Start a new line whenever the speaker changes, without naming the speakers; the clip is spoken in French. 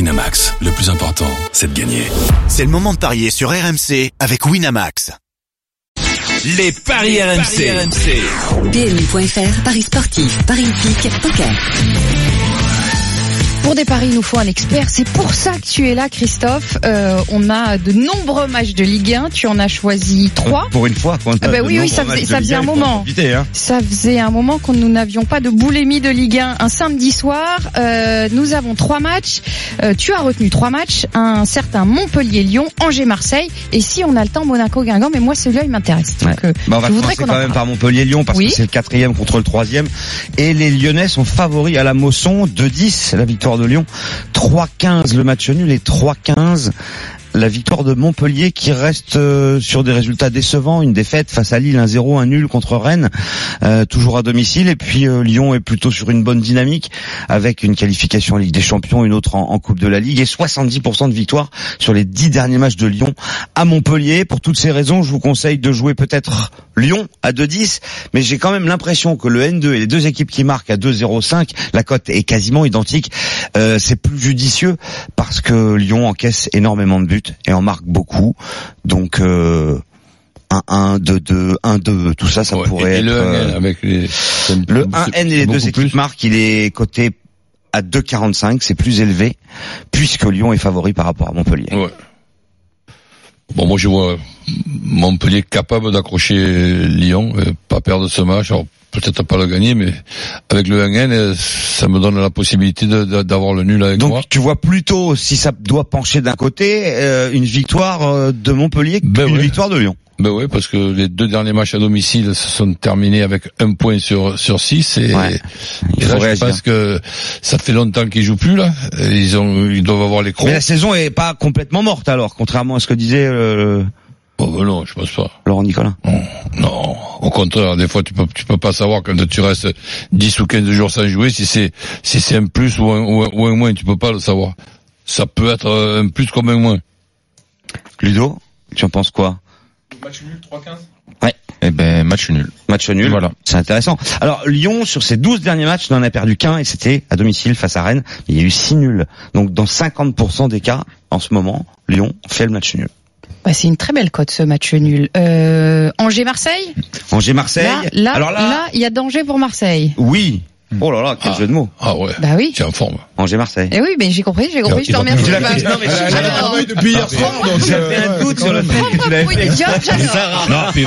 Winamax, le plus important, c'est de gagner.
C'est le moment de parier sur RMC avec Winamax.
Les paris, RMC.
PMU.fr, Paris sportif, Paris hippique, poker.
Pour des paris, il nous faut un expert. C'est pour ça que tu es là, Christophe. Euh, on a de nombreux matchs de Ligue 1. Tu en as choisi trois.
Pour une fois qu'on a
Ah bah
de
oui, oui,
nombreux
ça faisait-
matchs de
ça faisait
Ligue
un
1, il faut en
moment.
profiter, hein.
Ça faisait un moment qu'on nous n'avions pas de boulémie de Ligue 1 un samedi soir. Euh, nous avons trois matchs. Euh, tu as retenu trois matchs. Un certain Montpellier-Lyon, Angers-Marseille. Et si on a le temps, Monaco-Guingamp. Mais moi, celui-là, il m'intéresse. Donc, euh,
Bah, on va
je voudrais
commencer
qu'on en
quand même
parle.
par Montpellier-Lyon parce
Oui.
que c'est le quatrième contre le troisième. Et les Lyonnais sont favoris à la Mosson. 2-10 la victoire de Lyon. 3-15 le match nul et 3-15 la victoire de Montpellier qui reste euh, sur des résultats décevants. Une défaite face à Lille, 1-0, 1 nul contre Rennes, euh, toujours à domicile. Et puis euh, Lyon est plutôt sur une bonne dynamique avec une qualification en Ligue des Champions, une autre en, en Coupe de la Ligue et 70% de victoire sur les 10 derniers matchs de Lyon à Montpellier. Pour toutes ces raisons, je vous conseille de jouer peut-être Lyon à 2-10, mais j'ai quand même l'impression que le N2 et les deux équipes qui marquent à 2-0-5, la cote est quasiment identique. Euh, c'est plus judicieux parce que Lyon encaisse énormément de buts et en marque beaucoup. Donc euh, 1-1, 2-2, 1-2, tout ça, ça
Ouais,
pourrait
et
être...
le
euh,
NL avec les...
le 1N et les deux équipes marquent, il est coté à 2,45, c'est plus élevé, puisque Lyon est favori par rapport à Montpellier.
Ouais. Bon, moi je vois Montpellier capable d'accrocher Lyon, euh, pas perdre ce match. Alors, peut-être pas le gagner, mais avec le 1N, euh, ça me donne la possibilité de- de- d'avoir le nul avec
Donc
moi.
tu vois plutôt, si ça doit pencher d'un côté, euh, une victoire euh, de Montpellier qu'une
Ben ouais.
victoire de Lyon.
Ben oui, parce que les deux derniers matchs à domicile se sont terminés avec un point sur sur six et,
Ouais.
et
Il
là
faut
je
réagir.
pense que ça fait longtemps qu'ils jouent plus là. Et Ils ont ils doivent avoir les crocs.
Mais la saison est pas complètement morte alors, contrairement à ce que disait euh,
Oh, ben non, je pense pas.
Laurent Nicolas.
Non, au contraire, des fois tu peux tu peux pas savoir quand tu restes 10 ou 15 jours sans jouer si c'est si c'est un plus ou un, ou un- ou un moins, tu peux pas le savoir. Ça peut être euh, un plus comme un moins.
Ludo, tu en penses quoi
Eh ben, match nul.
Match nul,
Voilà.
c'est intéressant. Alors Lyon, sur ses 12 derniers matchs, n'en a perdu qu'un et c'était à domicile face à Rennes. Il y a eu 6 nuls. Donc dans 50% des cas, en ce moment, Lyon fait le match nul.
Bah, c'est une très belle cote, ce match nul. Euh, Angers-Marseille.
Angers-Marseille.
Là, là,
Alors là,
là, il y a danger pour Marseille.
oui. Oh là là, quel
Ah.
jeu de mots.
Ah ouais.
Bah oui.
Tu es en forme.
Angers-Marseille.
Eh oui, mais j'ai compris, j'ai compris, je te remercie. Bah,
Non, mais- non, mais-
Alors,
depuis hier soir, donc
J'avais un doute sur le fait que tu l'avais
Oui,
fait.
bien, j'adore.
hein.
Ah.
Ah
Non, puis-